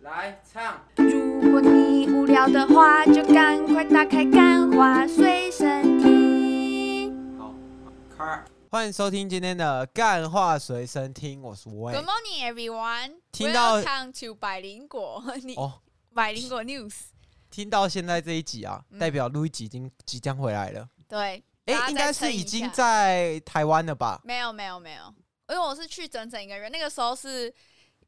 来唱，如果你无聊的话，就赶快打开《干花随身听》。好，开。欢迎收听今天的干话随身听，我是威。 Good morning, everyone. 听到 Welcome to 百灵果， 你哦，百灵果 news。听到现在这一集啊，嗯代表路易吉已经即将回来了。对，大哎、家再应该是撑一已经下在台湾了吧？没有没有没有，因为我是去整整一个月，那个时候是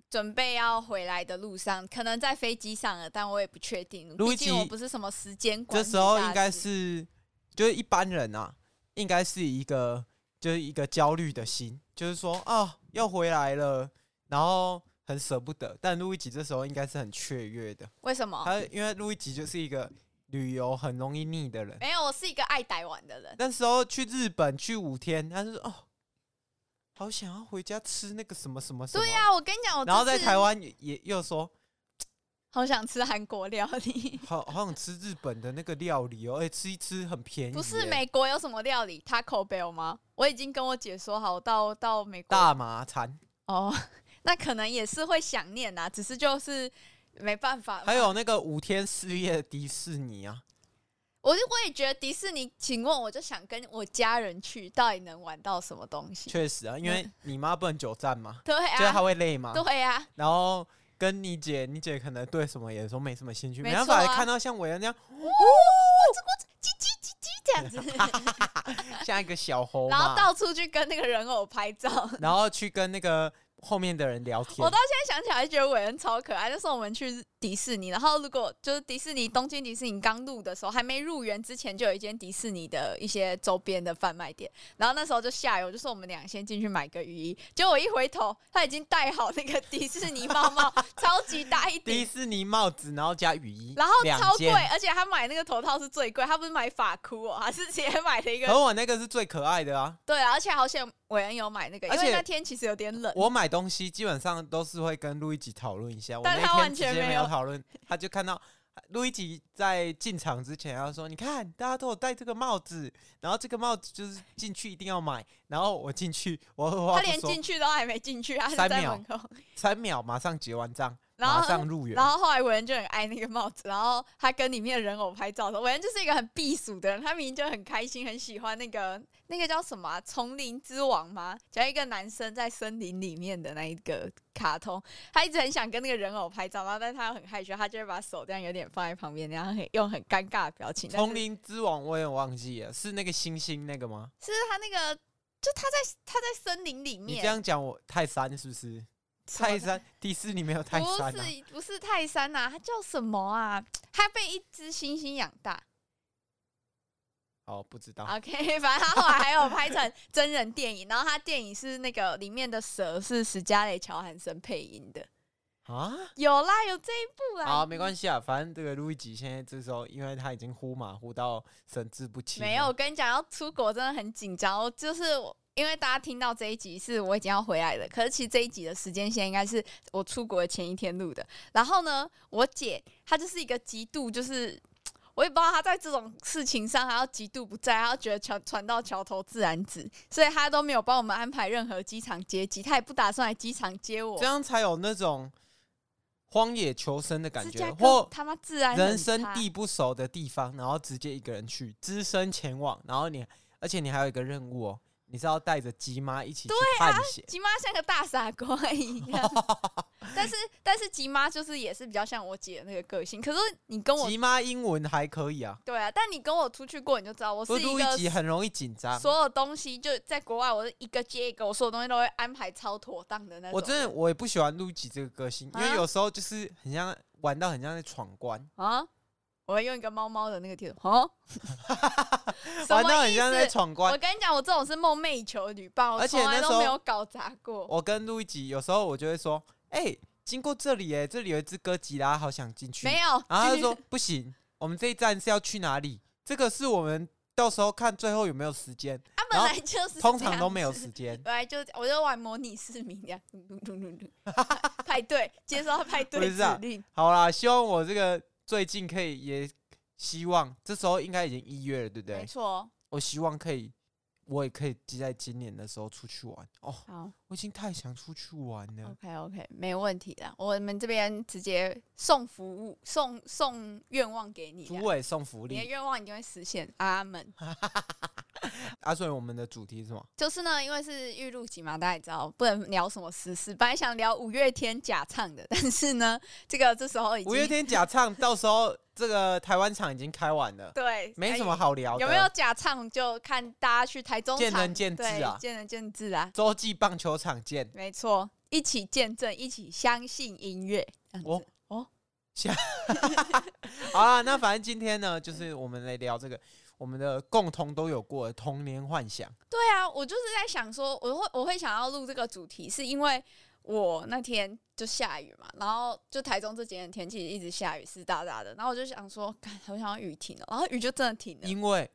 准备要回来的路上，可能在飞机上了，但我也不确定。路毕易吉竟我不是什么时间管这理时候大应该师是，就是一般人啊，应该是一个就是一个焦虑的心，就是说啊要回来了，然后很舍不得。但路易吉这时候应该是很雀跃的，为什么？他因为路易吉就是一个旅游很容易腻的人。没有，我是一个爱逮玩的人。那时候去日本去五天，他是哦，好想要回家吃那个什么什么什么。对呀、我跟你讲，我然后这在次台湾也也又说，好想吃韩国料理，好好想吃日本的那个料理哦，哎、吃一吃很便宜耶。不是美国有什么料理 Taco Bell 吗？我已经跟我姐说好，到到美国大麻餐，哦， 那可能也是会想念呐、只是就是没办法。还有，那个五天四夜的迪士尼啊，我就我也觉得迪士尼，请问我就想跟我家人去，到底能玩到什么东西？确实啊，因为你妈不能久站嘛，对就是她啊，会累嘛。对啊，然后跟你姐，你姐可能对什么也说没什么兴趣，没没办错法啊看到像我一样那样叽叽叽叽这样 子，像一个小猴然后嘛，到处去跟那个人偶拍照。然后去跟那个后面的人聊天我。到现在想起来，觉得韦恩超可爱。那时候我们去迪士尼，然后如果就是迪士尼东京迪士尼刚入的时候，还没入园之前，就有一间迪士尼的一些周边的贩卖店。然后那时候就下游，就说我们俩先进去买个雨衣。结果我一回头，他已经戴好那个迪士尼帽帽，超级大一 迪顶，士尼帽子，然后加雨衣， 然后两超贵件，而且他买那个头套是最贵，他不是买发箍哦，他是直接买了一个。可我那个是最可爱的啊！对啊，而且好险韦恩有买那个，因而且为那天其实有点冷。我买东西基本上都是会跟路易吉讨论一下，我那但他天完直全接没没有有讨论，他就看到路易吉在进场之前，他说：“你看，大家都有戴这个帽子， 然后这个帽子就是进去一定要买。”然后我进去，我二话他不连说进去都还没进去，他是三在秒门口。三秒马上结完账，然后马上入园然。后后来韦恩就很爱那个帽子，然后他跟里面的人偶拍照的时候，韦恩就是一个很避暑的人，他明明就很开心，很喜欢那个那个叫什么啊、丛林之王》吗？讲一个男生在森林里面的那一个卡通，他一直很想跟那个人偶拍照，然后但是他又很害羞，他就会把手这样有点放在旁边，然后很用很尴尬的表情。但是丛林之王我也忘记了，是那个星星那个吗？是他那个，就他在他在森林里你面，这样讲我泰山是不是？泰山迪士尼没有泰山、啊，不是不是泰山呐、他叫什么啊？他被一只猩猩养大。哦，不知道。 OK，反 正他后来还有拍成真人电影，然后他电影是那个里面的蛇是史嘉蕾·乔韩森配音的，啊，有啦，有这一部啦。好，没关系啊，反正这个路易吉现在这时候，因为他已经呼马呼到神志不清了，没有，我跟你讲，要出国真的很紧张。我就是我因为大家听到这一集是我已经要回来了，可是其实这一集的时间线应该是我出国的前一天录的。然后呢，我姐她就是一个极度就是。我也不知道她在这种事情上，她要极度不在，她要觉得船船到桥头自然直，所以她都没有帮我们安排任何机场接机，她也不打算来机场接我这。样才有那种荒野求生的感芝觉加，哥或他妈自然人很生差地不熟的地方，然后直接一个人去，只身前往，然后你，而且你还有一个任务哦，你是要带着鸡妈一起去啊探险，吉妈像个大傻瓜一 样，但是但是吉妈就是也是比较像我姐的那个个性。可是你跟我鸡妈英文还可以啊，对啊，但你跟我出去过，你就知道我不是是一路易吉个很容易紧张，所有东西就在国外，我是一个接一个，我所有东西都会安排超妥当的那种。我真的我也不喜欢路易吉这个个性，因为啊有时候就是很像玩到很像在闯关，啊，我会用一个猫猫的那个贴图 啊， 什玩到么很意像在思？闯关我。跟你讲，我这种是梦寐以求的旅伴，我而且从来那时都候没有搞砸过。我跟路易吉有时候我就会说，哎、经过这里、哎，这里有一只哥吉拉，好想进去。没有，然后他就说不行，我们这一站是要去哪里？这个是我们到时候看最后有没有时间， 他然本后来就是通这常样都没有子 时间。本来就我就玩模拟市民这样，嘟嘟嘟嘟嘟 派对，接收到派对不是啊指令。好啦，希望我这个最近可以也希望，这时候应该已经一月了，对不没对？错，我希望可以我也可以在今年的时候出去玩哦。好我已经太想出去玩了。 ，OK OK，没问题的。我们这边直接送服务，送送愿望给你主啦，委送福你的利愿望一定会实现。阿门。啊！所以我们的主题是什么？就是呢，因为是预录集嘛，大家也知道不能聊什么时事。本来想聊五月天假唱的，但是呢， 这个这时候已经五月天假唱，到时候这个台湾场已经开完了，对哎没什么好聊的。有没有假唱就看大家去台中见场仁见智啊对见仁见智啊，洲际棒球场见？ 没错，一起见证，一起相信音乐。这样子哦哦，好啦，那反正今天呢，就是我们来聊这个我们的共同都有过的童年幻想。对啊，我就是在想说，我会我会想要录这个主题，是因为我那天就下雨嘛，然后就台中这几天的天气一直下雨，湿哒哒的，然后我就想说，干好想要雨停哦了，然后雨就真的停 了。因为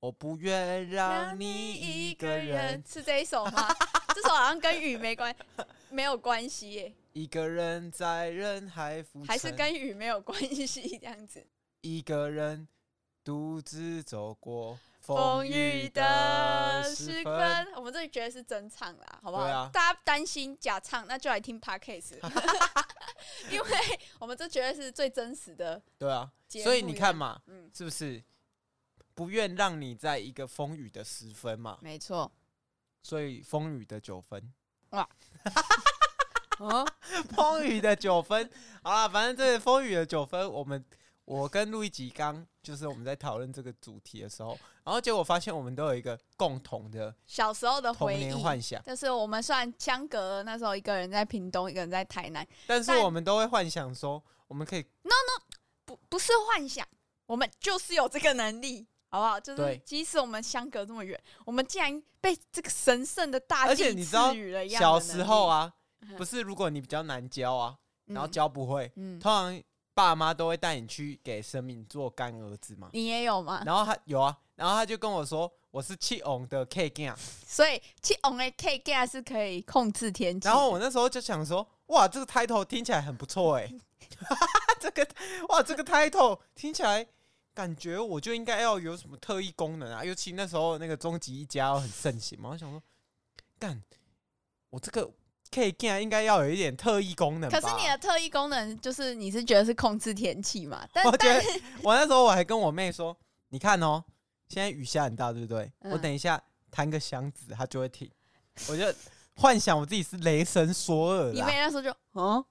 我不愿让你一个人，是这一首吗？这首好像跟雨没关，没有关系 耶，一个人在人海浮沉，还是跟雨没有关系这样子。一个人独自走过风雨的时时分分。，我们这里觉得是真唱啦，好不好？对啊大家担心假唱，那就来听 podcast，因为我们这绝对是最真实的。对啊，节所以目你一看样嘛，嗯，是不是不愿让你在一个风雨的时分嘛？没错。所以风雨的九分， 哦，风雨的九分。好啦，反正这个风雨的九分，我们我跟陆一吉刚就是我们在讨论这个主题的时候，然后结果发现我们都有一个共同的小时候的童回忆年。幻想，就是我们虽然相隔了那时候一个人在屏东，一个人在台南，但是但我们都会幻想说，我们可以不不是幻想，我们就是有这个能力，好不好？就是对即使我们相隔这么远，我们竟然被这个神圣的大而且地你知道赐予了一样的小时候啊嗯，不是如果你比较难教啊，能力，然后嗯教不会，嗯，通常爸妈都会带你去给神明做干儿子嘛。你也有吗？然后他有啊，然后他就跟我说我是气翁的 K 啊 g 所以去 on a K gas 是可以控制天气。然后我那时候就想说，哇，这个 title 听起来很不错哎、这个哇，这个 title 听起来感觉我就应该要有什么特异功能啊，尤其那时候那个终极一家很盛行嘛，我想说，干，我这个 K g 应该要有一点特异功能吧。可是你的特异功能就是你是觉得是控制天气嘛？但 我觉但得我那时候我还跟我妹说，你看哦，现在雨下很大，对不对？嗯我等一下弹个响指，它就会停。我就幻想我自己是雷神索尔你啦妹，那时候就 嗯。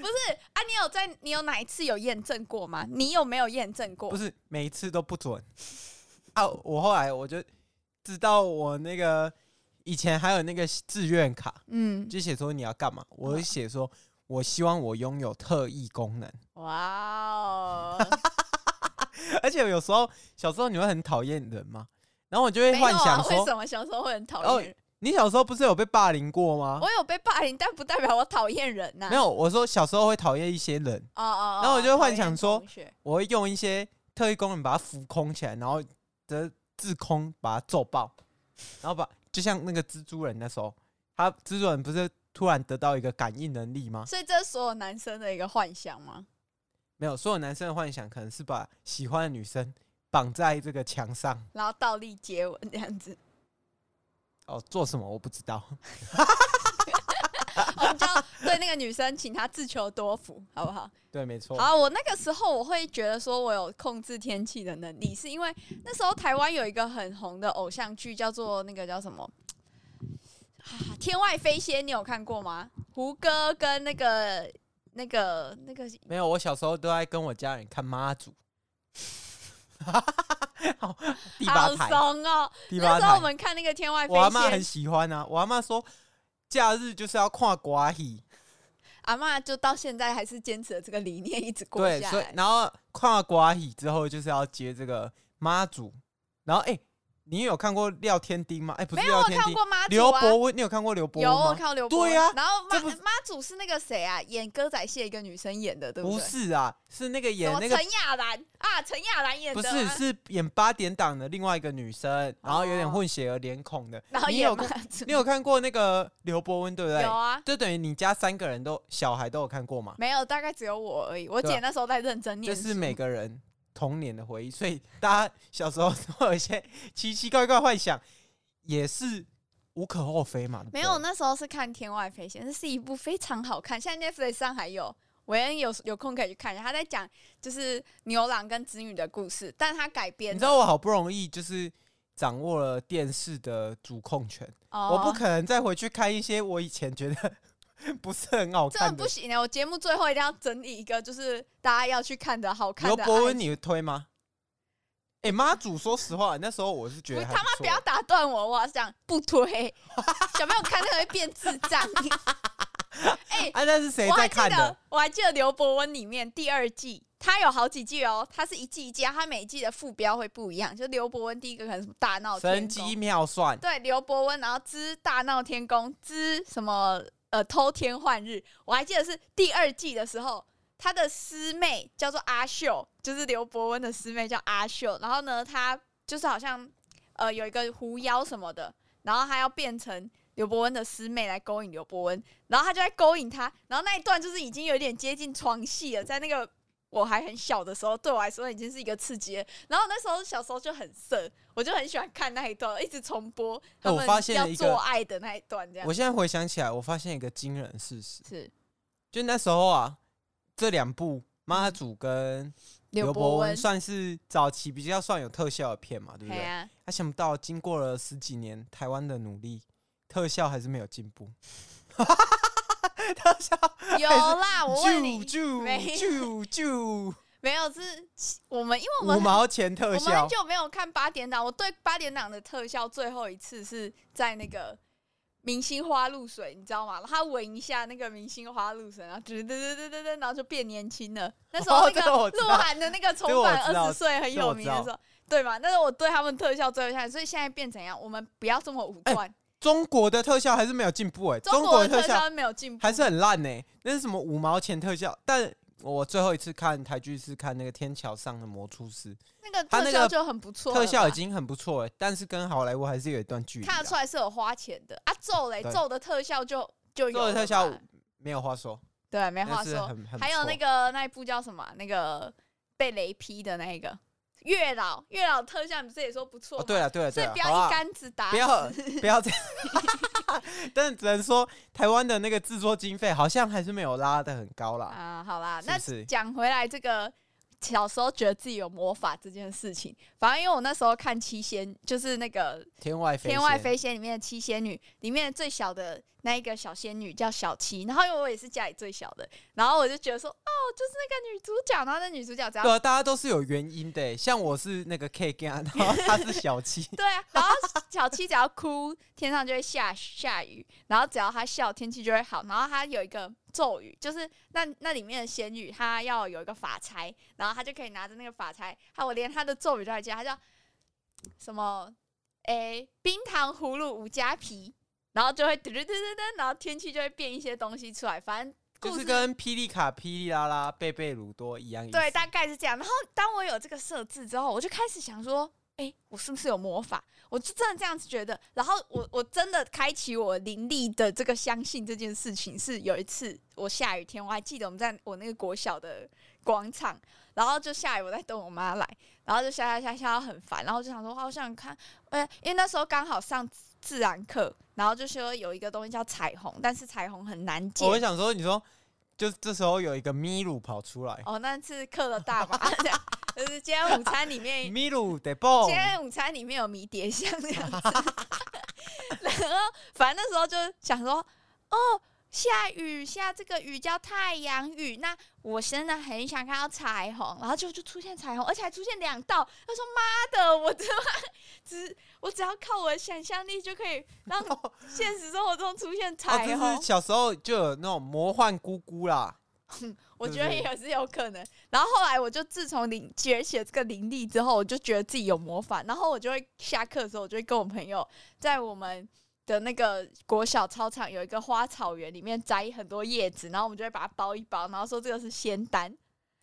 不是啊，你有在你有哪一次有验证过吗？你有没有验证过？不是每一次都不准啊！我后来我就知道我那个以前还有那个志愿卡，嗯，就写说你要干嘛，我会写说我希望我拥有特异功能。 哇哦，而且有时候小时候你会很讨厌人嘛，然后我就会没有幻啊想为说，什么小时候会很讨厌人？你小时候不是有被霸凌过吗？我有被霸凌，但不代表我讨厌人呐、哦没有，我说小时候会讨厌一些人，哦哦哦，然后我就会幻想说讨厌同学我会用一些特异功能把它浮空起来，然后的制空把它揍爆，然后把就像那个蜘蛛人那时候，他蜘蛛人不是突然得到一个感应能力吗？所以这是所有男生的一个幻想吗？没有，所有男生的幻想可能是把喜欢的女生绑在这个墙上，然后倒立接吻这样子，哦，做什么我不知道。 我们就要对那个女生请她自求多福，好不好？对，没错。好，我那个时候我会觉得说我有控制天气的能力，是因为那时候台湾有一个很红的偶像剧，叫做那个叫什么？啊天外飞仙，你有看过吗？胡歌跟那个、那个、那个没有，我小时候都在跟我家人看妈祖。 好第八好台，怂哦！第那八时候台我。们看那个天外飞我阿妈很仙，喜欢啊，我阿妈说假日就是要看瓜戏，阿嬷就到现在还是坚持了这个理念，一直过对，下所以来。然后看瓜戏之后就是要接这个妈祖，然后哎、你有看过廖天丁吗？哎、不没是有，廖我天看丁，过妈祖刘啊。伯温，你有看过刘伯温有，我吗？看到刘伯温。对啊然后妈这不是妈祖是那个谁啊，演歌仔戏的一个女生演的，对不对？是啊，是那个什演么那个陈雅兰啊，陈雅兰演不的吗，哦是是演八点档的另外一个女生，然后有点混血儿脸孔的。然后你演有妈看祖你。有看过那个刘伯温对不 对？有啊，就等于你家三个人都小孩都有看过嘛？没有，大概只有我而已。我对啊姐那时候在认真这念书，是每个人童年的回忆，所以大家小时候都有一些奇奇怪怪幻想，也是无可厚非嘛。对不对没有，，那时候是看《天外飞仙》，这是一部非常好看，现在 Netflix 上还有。韦恩有有空可以去看一下，他在讲就是牛郎跟织女的故事，但他改编了。你知道我好不容易就是掌握了电视的主控权，哦我不可能再回去看一些我以前觉得 不是很好这看的不。行欸的，我节目最后一定要整理一个，就是大家要去看的好看刘的爱情。伯温，你推吗？哎、妈祖，说实话，那时候我是觉不得是还他妈错不要打断我，我要讲不推， 小朋友看那个会变智 障。哎、啊，那是谁我在还记看得的？，我还记得刘伯温里面第二季，它有好几季哦，它是一季一季，它每一季的副标会不一样。就刘伯温第一个可能什么大闹天神机宫，妙算，对，刘伯温，然后之大闹天宫，之什么呃偷天换日，我还记得是第二季的时候。他的师妹叫做阿秀，就是刘伯温的师妹叫阿秀。然后呢，她就是好像呃有一个狐妖什么的，然后她要变成刘伯温的师妹来勾引刘伯温，然后他就在勾引她，然后那一段就是已经有点接近床戏了，在那个我还很小的时候，对我来说已经是一个刺激了。然后那时候小时候就很色，我就很喜欢看那一段，一直重 播哎他我们发现要了一个做爱的那一段，这样我现在回想起来，我发现一个惊人的事实，是就那时候啊，这两部《妈祖》跟《嗯刘伯伯温温》， 算是早期比较算有特效的片嘛，对不哎对？呀，他、想不到经过了十几年台湾的努力，特效还是没有进步。特效有啦，我问啾 你，没啾啾啾，没有是我们，因为 我五们毛钱特我们效很，久没有看八点档，我对八点档的特效最后一次是在那个《明星花露水》，你知道吗？他闻一下那个明星花露水，然后噔噔噔噔噔噔，然后就变年轻了。那时候那哦这个个我知道鹿晗的那个重返这个二我十知岁很有名的这时候，对嘛？那是我对他们特效最有印象，所以现在变怎样？我们不要这么武断。中国的特效还是没有进步哎、中国国的的特效效没有进步，还是很烂呢、那是什么五毛钱特效？但我最后一次看台剧是看那个《天桥上的魔术师那个他特那效个就很不》，错了吧，特效已经很不错了，但是跟好莱坞还是有一段距离啊。看得出来是有花钱的啊。咒嘞，对咒的特效就就有做的了特效吧没有话说，对，没话但是说。很很还有那个个那一部叫什么啊、那个被雷劈的那一个月老，月老特效，你不是也说不错、哦，对，了对了所对以了，不要好啦一竿子打不死。要不要这样，但只能说台湾的那个制作经费好像还是没有拉的很高啦。啊，好啦，是不是那讲回来这个。小时候觉得自己有魔法这件事情，反正因为我那时候看《七仙》，就是那个天外《天外仙飞仙》里面的七仙女，里面最小的那一个小仙女叫小七，然后因为我也是家里最小的，然后我就觉得说，哦，就是那个女主角，然后那女主角只要对啊，大家都是有原因的欸。像我是那个 K g ，然后他是小七对啊，然后小七只要哭，天上就会下下雨，然后只要她笑，天气就会好。然后她有一个咒语，就是那那里面的仙女，她要有一个法钗，然后她就可以拿着那个法钗。还我连她的咒语都还记得，她叫什么？诶，冰糖葫芦无加皮，然后就会噔噔噔噔噔，然后天气就会变一些东西出来。反正就故是事跟霹雳卡、霹雳拉拉、贝贝鲁多一样意思。对，大概是这样。然后当我有这个设置之后，我就开始想说，哎、我是不是有魔法？我就真的这样子觉得。然后我我真的开启我灵力的这个相信这件事情，是有一次我下雨天，我还记得我们在我那个国小的广场，然后就下雨，我在等我妈来，然后就下下下下到很烦，然后我就想说，好想看，呃，因为那时候刚好上自然课，然后就说有一个东西叫彩虹，但是彩虹很难见我会。想说，你说就这时候有一个米鲁跑出来，哦，那次嗑了大麻， 这样就是今天午餐里面米鲁得蹦哎哦今，天午餐里面有迷迭香这样子， 然后反正那时候就想说，哦，下雨下这个雨叫太阳雨，那我真的很想看到彩虹，然后就就出现彩虹，而且还出现两道。他说：“妈的， 我他妈只我只要靠我的想象力就可以 让现实生活中出现哦，彩这虹。是小时候就有那种魔幻姑姑啦。我对觉得对也是有可能。然后后来我就自从领觉醒这个灵力之后，我就觉得自己有魔法，然后我就会下课的时候，我就会跟我朋友在我们。的那个国小操场有一个花草园，里面摘很多叶子，然后我们就会把它包一包，然后说这个是仙丹。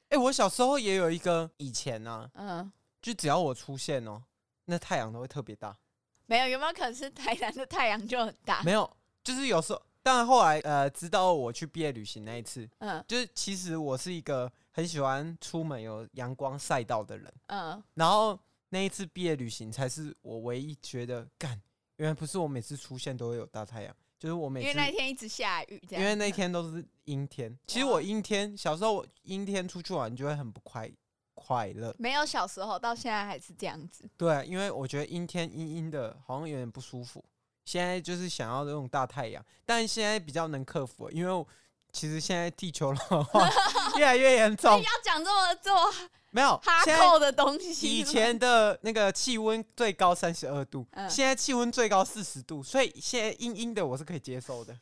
哎、我小时候也有一个，以前啊，嗯，就只要我出现哦，那太阳都会特别大。没有，有没有可能是台南的太阳就很大？没有，就是有时候但后来呃，直到我去毕业旅行那一次，嗯就是其实我是一个很喜欢出门有阳光晒到的人，嗯，然后那一次毕业旅行才是我唯一觉得干，原来不是我每次出现都会有大太阳，就是我每因次为那一天一直下雨，这样因为那一天都是阴天。其实哇我阴天，小时候我阴天出去玩就会很不快快乐。没有小时候到现在还是这样子。对，因为我觉得阴天阴阴的，好像有点不舒服。现在就是想要那种大太阳，但现在比较能克服，因为我其实现在地球 老化越来越严重不。要讲这么这么没有，哎哈哦现扣在的东西吗。以前的那个气温最高三十二度，嗯现在气温最高四十度，所以现在阴阴的我是可以接受的。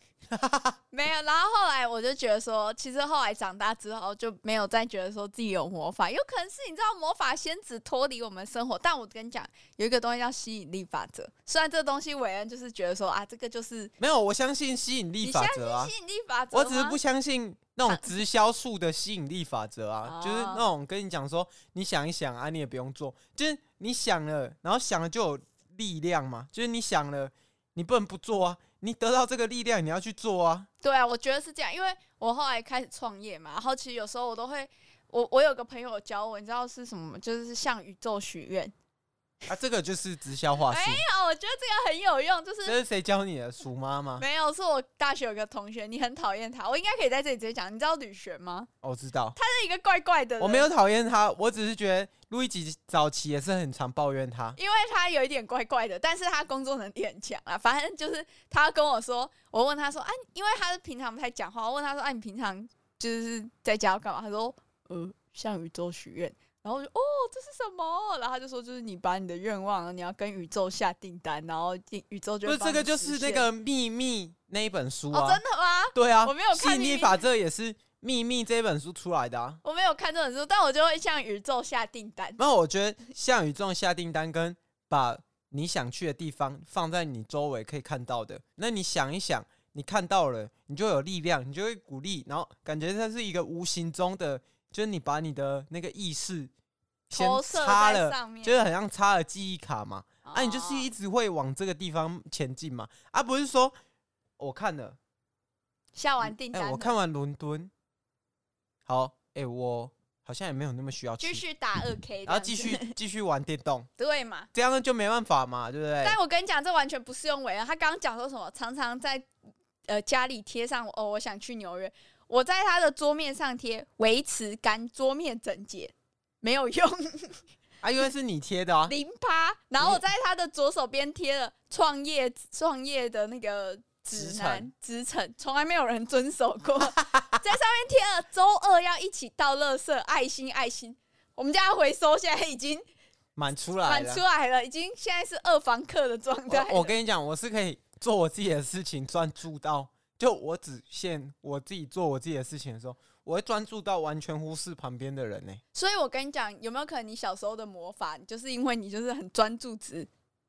没有，然后后来我就觉得说，其实后来长大之后就没有再觉得说自己有魔法，有可能是你知道魔法仙子脱离我们生活，但我跟你讲，有一个东西叫吸引力法则。虽然这东西韦恩就是觉得说啊，这个就是没有，我相信吸引力你法相则啊。吸引力法则吗，我只是不相信那种直销术的吸引力法则啊，啊就是那种跟你讲说，你想一想啊，你也不用做，就是你想了，然后想了就有力量嘛，就是你想了，你不能不做啊，你得到这个力量，你要去做啊。对啊，我觉得是这样，因为我后来开始创业嘛，然后其实有时候我都会，我我有个朋友教我，你知道是什么吗？就是向宇宙许愿。 啊，这个就是直销话术。没有，我觉得这个很有用，就是这是谁教你的？鼠妈吗？没有，是我大学有个同学，你很讨厌他，我应该可以在这里直接讲。你知道吕璇吗？哦我知道，他是一个怪怪的人，我没有，讨厌他，我只是觉得路易吉早期也是很常抱怨他。因为他有一点怪怪的，但是他工作能力很强啊。反正就是他跟我说，我问他说，啊，因为他是平常不太讲话，我问他说，啊，你平常就是在家要干嘛？他说，呃，向宇宙许愿。然后我就哦，这是什么？然后他就说，就是你把你的愿望，你要跟宇宙下订单，然后宇宙就不会是这个，帮就你是实那现个秘密那一本书哦，啊真。的吗？对啊，我没有吸看引秘力密法则也是《秘密》这本书出来的啊。我没有看这本书，但我就会向宇宙下订单。那我觉得项羽这种下订单跟把你想去的地方放在你周围可以看到的，那你想一想，你看到了，你就有力量，你就会鼓励，然后感觉它是一个无形中的，就是你把你的那个意识先投射插在了，上面，就是很像插了记忆卡嘛。啊，你就是哦一直会往这个地方前进嘛，啊，不是说我看了。下完订单哎、了，我看完伦敦，好，哎、我好像也没有那么需要去继，续打二 K，然后继续 继续玩电动，对嘛？这样就没办法嘛，对不对？但我跟你讲，这完全不适用韦恩。他刚刚讲说什么？常常在呃家里贴上哦，我想去纽约。我在他的桌面上贴维持干桌面整洁，没有用，啊，因为是你贴的啊，零趴。然后我在他的左手边贴了创业创业的那个指南职程，从来没有人遵守过。 在上面贴了周二要一起倒垃圾，爱心爱心。我们家回收现在已经满出来满了。出来了，已经现在是二房客的状态了。我我跟你讲，我是可以做我自己的事情，专注到就我只限我自己做我自己的事情的时候，我会专注到完全忽视旁边的人呢、所以我跟你讲，有没有可能你小时候的魔法，就是因为你就是很专注只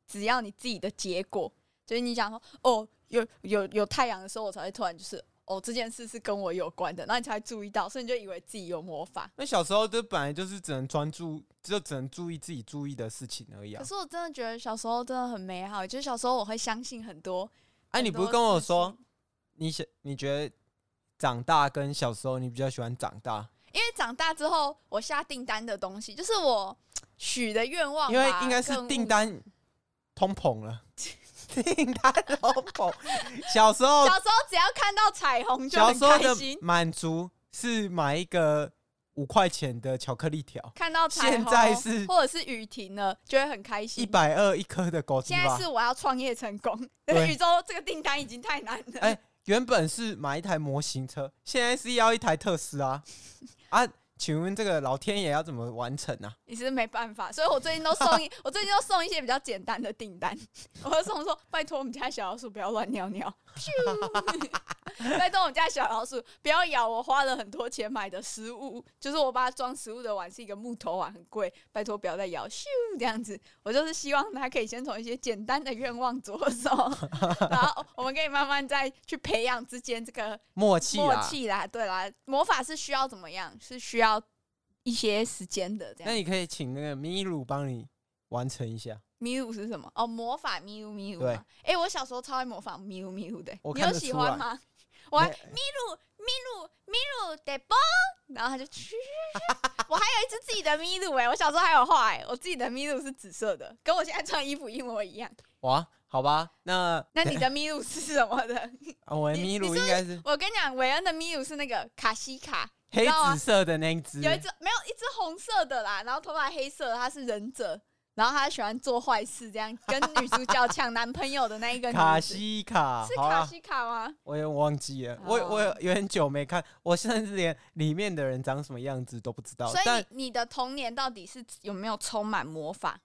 只要你自己的结果，就是你想说哦，有有有太阳的时候，我才会突然就是哦，这件事是跟我有关的，然后你才会注意到，所以你就以为自己有魔法。那小时候就本来就是只能专注，就只能注意自己注意的事情而已啊可。是我真的觉得小时候真的很美好，就是小时候我会相信很多。哎、很你不多是跟我事情说，你想你觉得长大跟小时候你比较喜欢长大，因为长大之后，我下订单的东西就是我许的愿望吧，因为应该是更订物单通 膨了，订单通膨。小时候小时候只要看到彩虹就哦小很时候开的心，满足是买一个五块钱的巧克力条，看到彩虹，现在是或者是雨停了，就会很开心。一百二一颗的枸杞现在吧是。我要创业成功，对宇宙这个订单已经太难了。哎原本是买一台模型车，现在是要一台特 斯拉啊！请问这个老天爷要怎么完成啊？你是没办法，所以我最近都送一，我最近都送一些比较简单的订单。我就送说，拜托我们家小老鼠不要乱尿尿，咻拜托我们家小老鼠不要咬我花了很多钱买的食物，就是我把它装食物的碗是一个木头碗，很贵，拜托不要再咬，咻这样子。我就是希望它可以先从一些简单的愿望着手，然后我们可以慢慢再去培养之间这个默契默啊！契啦，对啦，魔法是需要怎么样？是需要一些时间的，这样那。你可以请那个米鲁帮你完成一下。咪噜是什么？哦，魔法咪噜咪噜对嘛。哎、我小时候超爱模仿咪噜咪噜的、我你看有得喜出欢来吗？我还没咪鲁咪鲁咪鲁得嘣，然后他就去，我还有一只自己的咪鲁哎，我小时候还有画哎、我自己的咪鲁是紫色的，跟我现在穿衣服一模一样。哇，好吧，那那你的咪鲁是什么的？ 啊我的你麋你鹿是应该是我跟你讲，韦恩的咪鲁是那个卡西卡，你黑知道吗紫色的那一只，有一只没有一只红色的啦，然后头发黑色的，他是忍者，然后他喜欢做坏事，这样跟女主角抢男朋友的那一个女卡子西卡，是好卡啦西卡吗？我也忘记了，我我哦有很久没看，我甚至连里面的人长什么样子都不知道。所但以你你的童年到底是有没有充满魔法？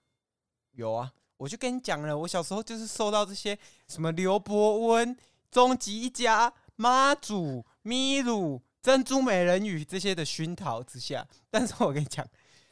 有啊，我就跟你讲了，我小时候就是受到这些什么刘伯温、终极一家、妈祖、咪鲁、珍珠美人鱼这些的熏陶之下。 但是我跟你讲，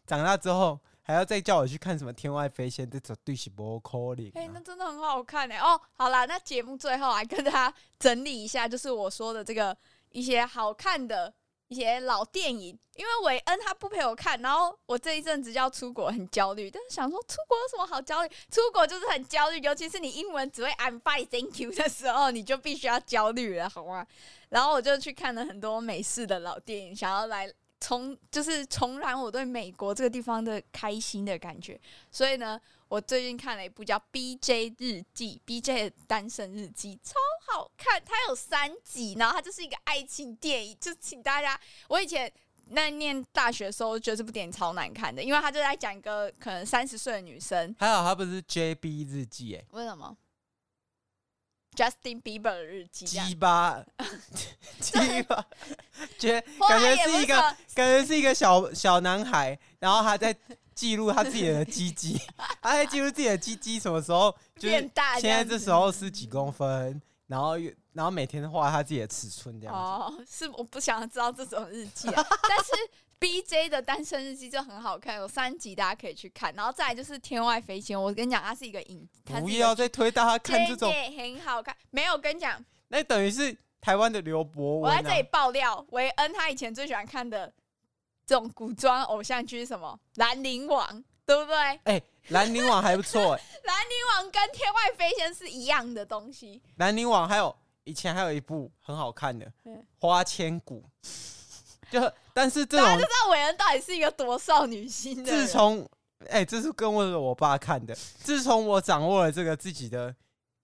长大之后还要再叫我去看什么天外飞仙，这种对是不可能、哎、那啊。真的很好看哎、哦，好啦，那节目最后来跟大家整理一下，就是我说的这个一些好看的一些老电影，因为韦恩他不陪我看，然后我这一阵子就要出国，很焦虑，但是想说出国有什么好焦虑？出国就是很焦虑，尤其是你英文只会 I'm fine, thank you 的时候，你就必须要焦虑了，好吗？然后我就去看了很多美式的老电影，想要来。重就是重燃我对美国这个地方的开心的感觉，所以呢，我最近看了一部叫《B J 日记》，B J 的单身日记超好看，它有三集，然后它就是一个爱情电影，就请大家，我以前。那念大学的时候，我觉得这部电影超难看的，因为它就在讲一个可能三十岁的女生，还好他不是 JB 日记、欸，为什么 Justin Bieber 的日记这样，鸡巴， 鸡巴，觉或它感觉也不是一个什么感觉是一个小小男孩，然后他在记录他自己的 鸡鸡，他在记录自己的鸡鸡什么时候，就是变大现在样这子时候是几公分，然后又然后每天画他自己的尺寸这样子。哦，是我不想知道这种日记、啊，但 是 B J 的单身日记就很好看，有三集大家可以去看。然后再来就是《天外飞仙》，我跟你讲，它是一个影，它不是一要个再推大家看这真种，的很好看。没有跟你讲，那等于是台湾的刘伯我温、啊。在这里爆料，韦恩他以前最喜欢看的这种古装偶像剧是什么？《兰陵王》，对不对？《兰哎，兰陵王还不错、欸，陵王》跟《天外飞仙》是一样的东西。兰陵王还有以前还有一部很好看的对《花千骨》， 就但是这大家啊种就知道韦恩到底是一个多少女心的人。自从哎、这是跟我我爸看的。自从我掌握了这个自己的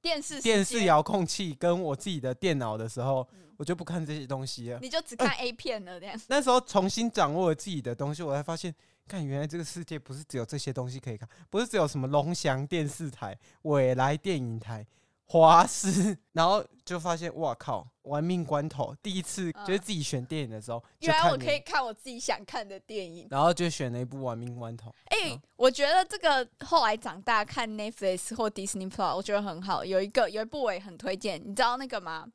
电视时电视间，遥控器跟我自己的电脑的时候嗯，我就不看这些东西了。你就只看 A 片了这样。那时候重新掌握了自己的东西，我才发现，看原来这个世界不是只有这些东西可以看，不是只有什么龙翔电视台、未来电影台、华视，然后就发现，哇靠，玩命关头，第 一次嗯就是自己选电影的时候，就原来看呃我可以了，看我自己想看的电影。然后就选了一部《玩命关头》。哎、嗯我觉得这个后来长大看 Netflix 或 Disney Plus，我觉得很好。有一个有一部我也很推荐，你知道那个吗？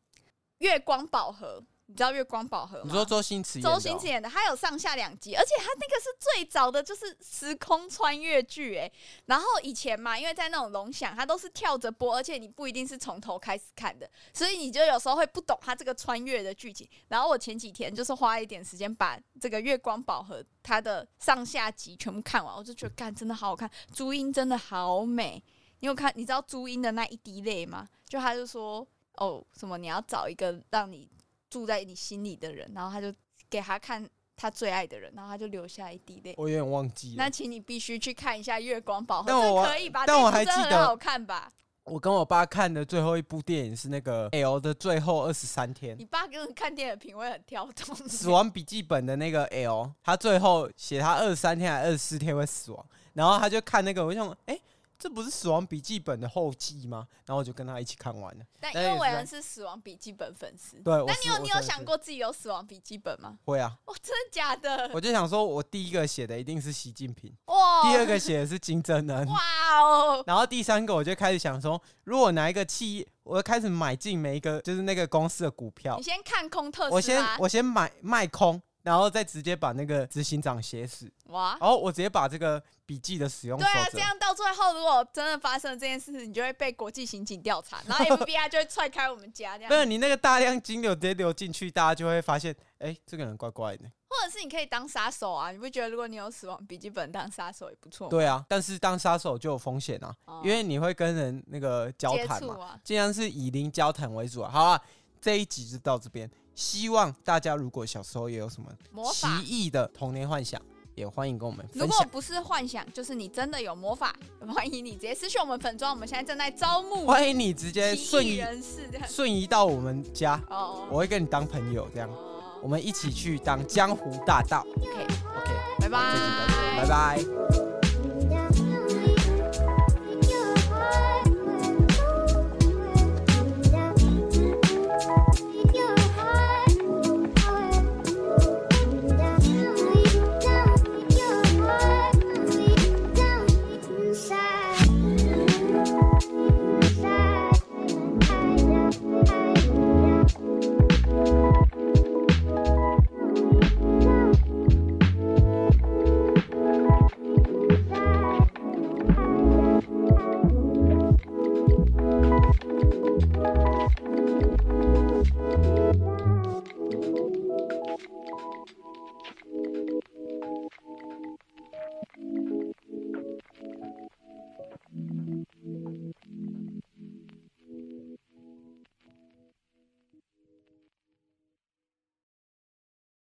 月光宝盒，你知道月光宝盒吗？你说周星驰演的哦、周星驰演的，它有上下两集，而且它那个是最早的，就是时空穿越剧哎、然后以前嘛，因为在那种龙翔，它都是跳着播，而且你不一定是从头开始看的，所以你就有时候会不懂它这个穿越的剧情。然后我前几天就是花一点时间把这个《月光宝盒》它的上下集全部看完，我就觉得干真的好好看，朱茵真的好美。你有看？你知道朱茵的那一滴泪吗？就他就说哦，什么你要找一个让你住在你心里的人，然后他就给他看他最爱的人，然后他就流下一滴泪。我有点忘记了。那请你必须去看一下《月光宝盒哦但》，我这可以吧？但这我部还真的记得很好看吧？我跟我爸看的最后一部电影是那个 L 的最后二十三天你，爸跟人看电影的品味很挑动， 《死亡笔记本》的那个 L，他最后写他二十三天还二十四天会死亡，然后他就看那个，我就想，哎、这不是《死亡笔记本》的后记吗？然后我就跟他一起看完了。但因但也为是韦在恩是《死亡笔记本》粉丝，哎对，啊我那是你有我你真有的是想过自己有《死亡笔记本》吗？会啊？哇，真的假的？我就想说，我第一个写的一定是习近平，哇，第二个写的是金正恩，哇哦，然后第三个我就开始想说，如果哪一个企业，我开始买进每一个就是那个公司的股票你，先看空特斯拉，我先我先买卖空，然后再直接把那个执行长写死，哇，然后我直接把这个笔记的使用对啊，这守则。样到最后，如果真的发生了这件事，你就会被国际刑警调查，然后 FBI 就会踹开我们家这样没。有，你那个大量金流直接流进去，大家就会发现，哎、这个人怪怪的。或者是你可以当杀手啊，你不觉得如果你有死亡笔记本当杀手也不错吗？对啊，但是当杀手就有风险啊，哦因为你会跟人那个交接谈触嘛，啊，尽量是以零交谈为主啊。好啊，这一集就到这边。希望大家如果小时候也有什么魔奇法。异的童年幻想，也欢迎跟我们如分果享。不是幻想，就是你真的有魔法， 欢迎你直接私讯我们粉妆，我们现在正在招募欢迎你直接奇瞬异移人士这样。瞬移到我们家，哦，我会跟你当朋友，这样哦我们一起去当江湖大盗。 ，OK，拜 OK，这集到这拜。边拜拜。